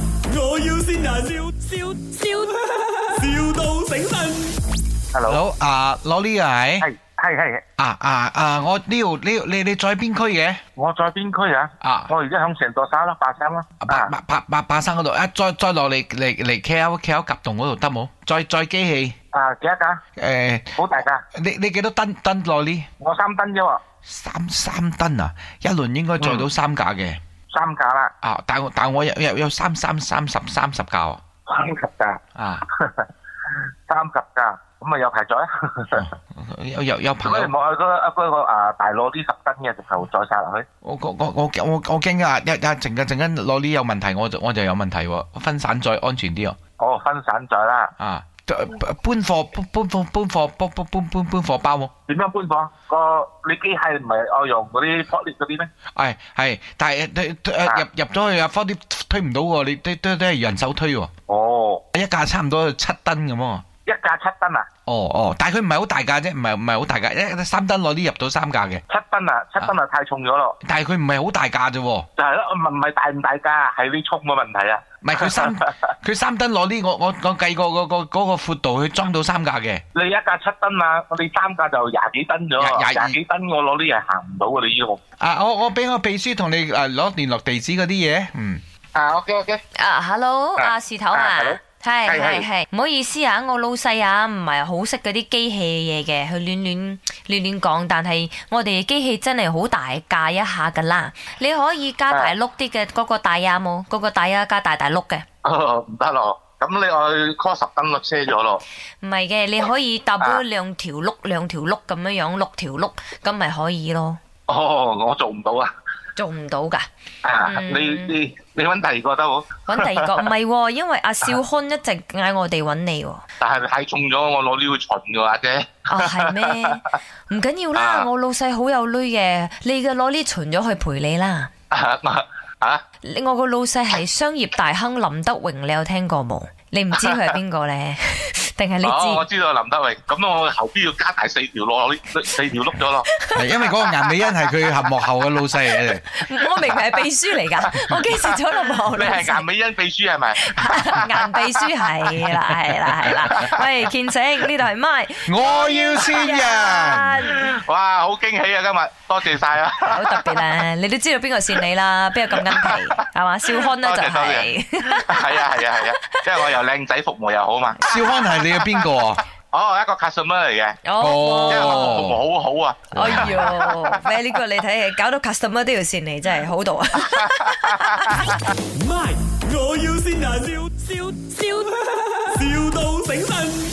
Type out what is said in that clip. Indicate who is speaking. Speaker 1: 要先人，笑笑笑，,笑到醒神。
Speaker 2: Hello，
Speaker 3: 好啊，Lolly
Speaker 2: 係
Speaker 3: 係
Speaker 2: 係係，
Speaker 3: 啊啊啊！我呢度呢你你在邊區嘅？
Speaker 2: 我在邊區啊？
Speaker 3: 啊
Speaker 2: 我而家響成座山啦，白山啦。
Speaker 3: 白
Speaker 2: 啊，
Speaker 3: 白白白白山嗰度啊，再再落嚟嚟嚟 K L K L 夾洞嗰度得冇？再再機器
Speaker 2: 啊幾多架？
Speaker 3: 誒，
Speaker 2: 好大架，
Speaker 3: 你你幾多噸噸 Lolly？
Speaker 2: 我三噸啫喎，
Speaker 3: 三三噸啊，一輪應該載
Speaker 2: 嗯
Speaker 3: 到三架嘅。
Speaker 2: 三架啦，
Speaker 3: 啊！但我但我有有有三三三十三十架喎
Speaker 2: 三十架，
Speaker 3: 啊！
Speaker 2: 三十架，咁啊有排載啊。
Speaker 3: 有有有朋
Speaker 2: 咁
Speaker 3: 友
Speaker 2: 你。望下嗰嗰個啊大攞呢十噸嘅直頭再晒落去。
Speaker 3: 我我我我我我驚啊！一一陣間陣間攞呢有問題，我就我就有問題喎。分散再安全啲哦。
Speaker 2: 哦，分散載啦。
Speaker 3: 啊，搬貨搬搬貨搬貨搬搬搬搬搬貨包喎。
Speaker 2: 點樣搬貨？個你機械唔係愛用嗰啲 p o l i 嗰啲咩？
Speaker 3: 係係，哎但係誒誒入入咗去啊，方啲推唔到喎，你都都都係人手推喎。
Speaker 2: 哦，
Speaker 3: 一架差唔多七噸咁喎。
Speaker 2: 一架七噸啊，
Speaker 3: 哦哦，但係佢唔係好大架啫，唔係唔係好大架，一三噸攞啲入到三架嘅，
Speaker 2: 七噸啊，七噸啊太重咗咯。
Speaker 3: 但係佢唔係好大架啫喎。
Speaker 2: 就係咯，唔係唔係大唔大架，係你重嘅問題啊。
Speaker 3: 唔係佢三佢三噸攞啲，我我我計過嗰個嗰個闊度，去裝到三架嘅。
Speaker 2: 你一架七噸啊，我哋三架就廿幾噸咗
Speaker 3: 廿
Speaker 2: 啊，
Speaker 3: 廿二
Speaker 2: 廿幾噸我攞啲嘢行唔到嘅，你呢度。
Speaker 3: 啊！我我俾我秘書同你啊攞聯絡地址嗰啲嘢，嗯，
Speaker 2: 啊，OK OK，
Speaker 4: 啊，hello，
Speaker 2: 啊
Speaker 4: 阿士頭
Speaker 2: 啊
Speaker 4: 啊
Speaker 2: ，hello，，
Speaker 4: 係
Speaker 2: 係
Speaker 4: 係係，唔好意思啊，我老細啊唔係好識嗰啲機器嘅嘢嘅，佢亂亂亂亂講，但係我哋機器真係好大架一下噶啦，你可以加大
Speaker 2: 啊
Speaker 4: 碌啲嘅嗰個大啊冇，嗰個大啊加大大碌嘅，
Speaker 2: 哦唔得咯，咁你去 call 十噸落車咗咯。
Speaker 4: 唔係嘅，你可以 double
Speaker 2: 啊
Speaker 4: 兩條碌兩條碌咁樣樣碌條碌，咁咪可以咯，
Speaker 2: 哦，我做唔到啊。
Speaker 4: 做唔到噶。
Speaker 2: 啊，
Speaker 4: 嗯
Speaker 2: 你你你揾第二個得好，
Speaker 4: 揾 第二個唔係喎，因為阿少康一直嗌我哋揾你喎。哦，
Speaker 2: 但係太重咗，我攞呢個蠢嘅話啫。
Speaker 4: 係咩？唔緊要啦，
Speaker 2: 啊
Speaker 4: 我老細好有女嘅，你嘅攞呢存咗去陪你啦。
Speaker 2: 啊啊，
Speaker 4: 你我個老細係商業大亨林德榮，你有聽過冇？你唔知佢係邊個呢？ 定係你
Speaker 2: 哦，我
Speaker 4: 知？
Speaker 2: 知道林德榮，咁我後邊要加大四條攞呢四條碌咗咯。
Speaker 3: 係因為嗰個顏美欣係佢合幕後嘅老細嚟嘅，
Speaker 4: 我明明係秘書 嚟㗎，我幾時咗林何
Speaker 2: 你
Speaker 4: 老
Speaker 2: 係顏
Speaker 4: 細？
Speaker 2: 美欣秘書係咪？
Speaker 4: 顏秘書係啦，係啦，係啦。喂，建成呢度係咪？
Speaker 3: 我要先
Speaker 4: 哎
Speaker 3: 人。
Speaker 2: 哇，好驚喜啊！今日多謝晒啊！
Speaker 4: 好特別咧，你都知道邊個善你啦，邊個咁恩皮係嘛？少康啦就
Speaker 2: 多謝
Speaker 4: 係、
Speaker 2: 係啊係啊係啊，因為我又靚仔服務又好嘛。
Speaker 3: 少康係你嘅邊個啊？
Speaker 2: 哦，一個 customer 嚟嘅，因為
Speaker 4: 哦，
Speaker 2: 我服務好好啊。
Speaker 4: 哎呦，咩呢個你睇，搞到 customer 都要善你，真係好到啊！
Speaker 1: 唔係，我要先人，笑笑笑，,笑到醒神。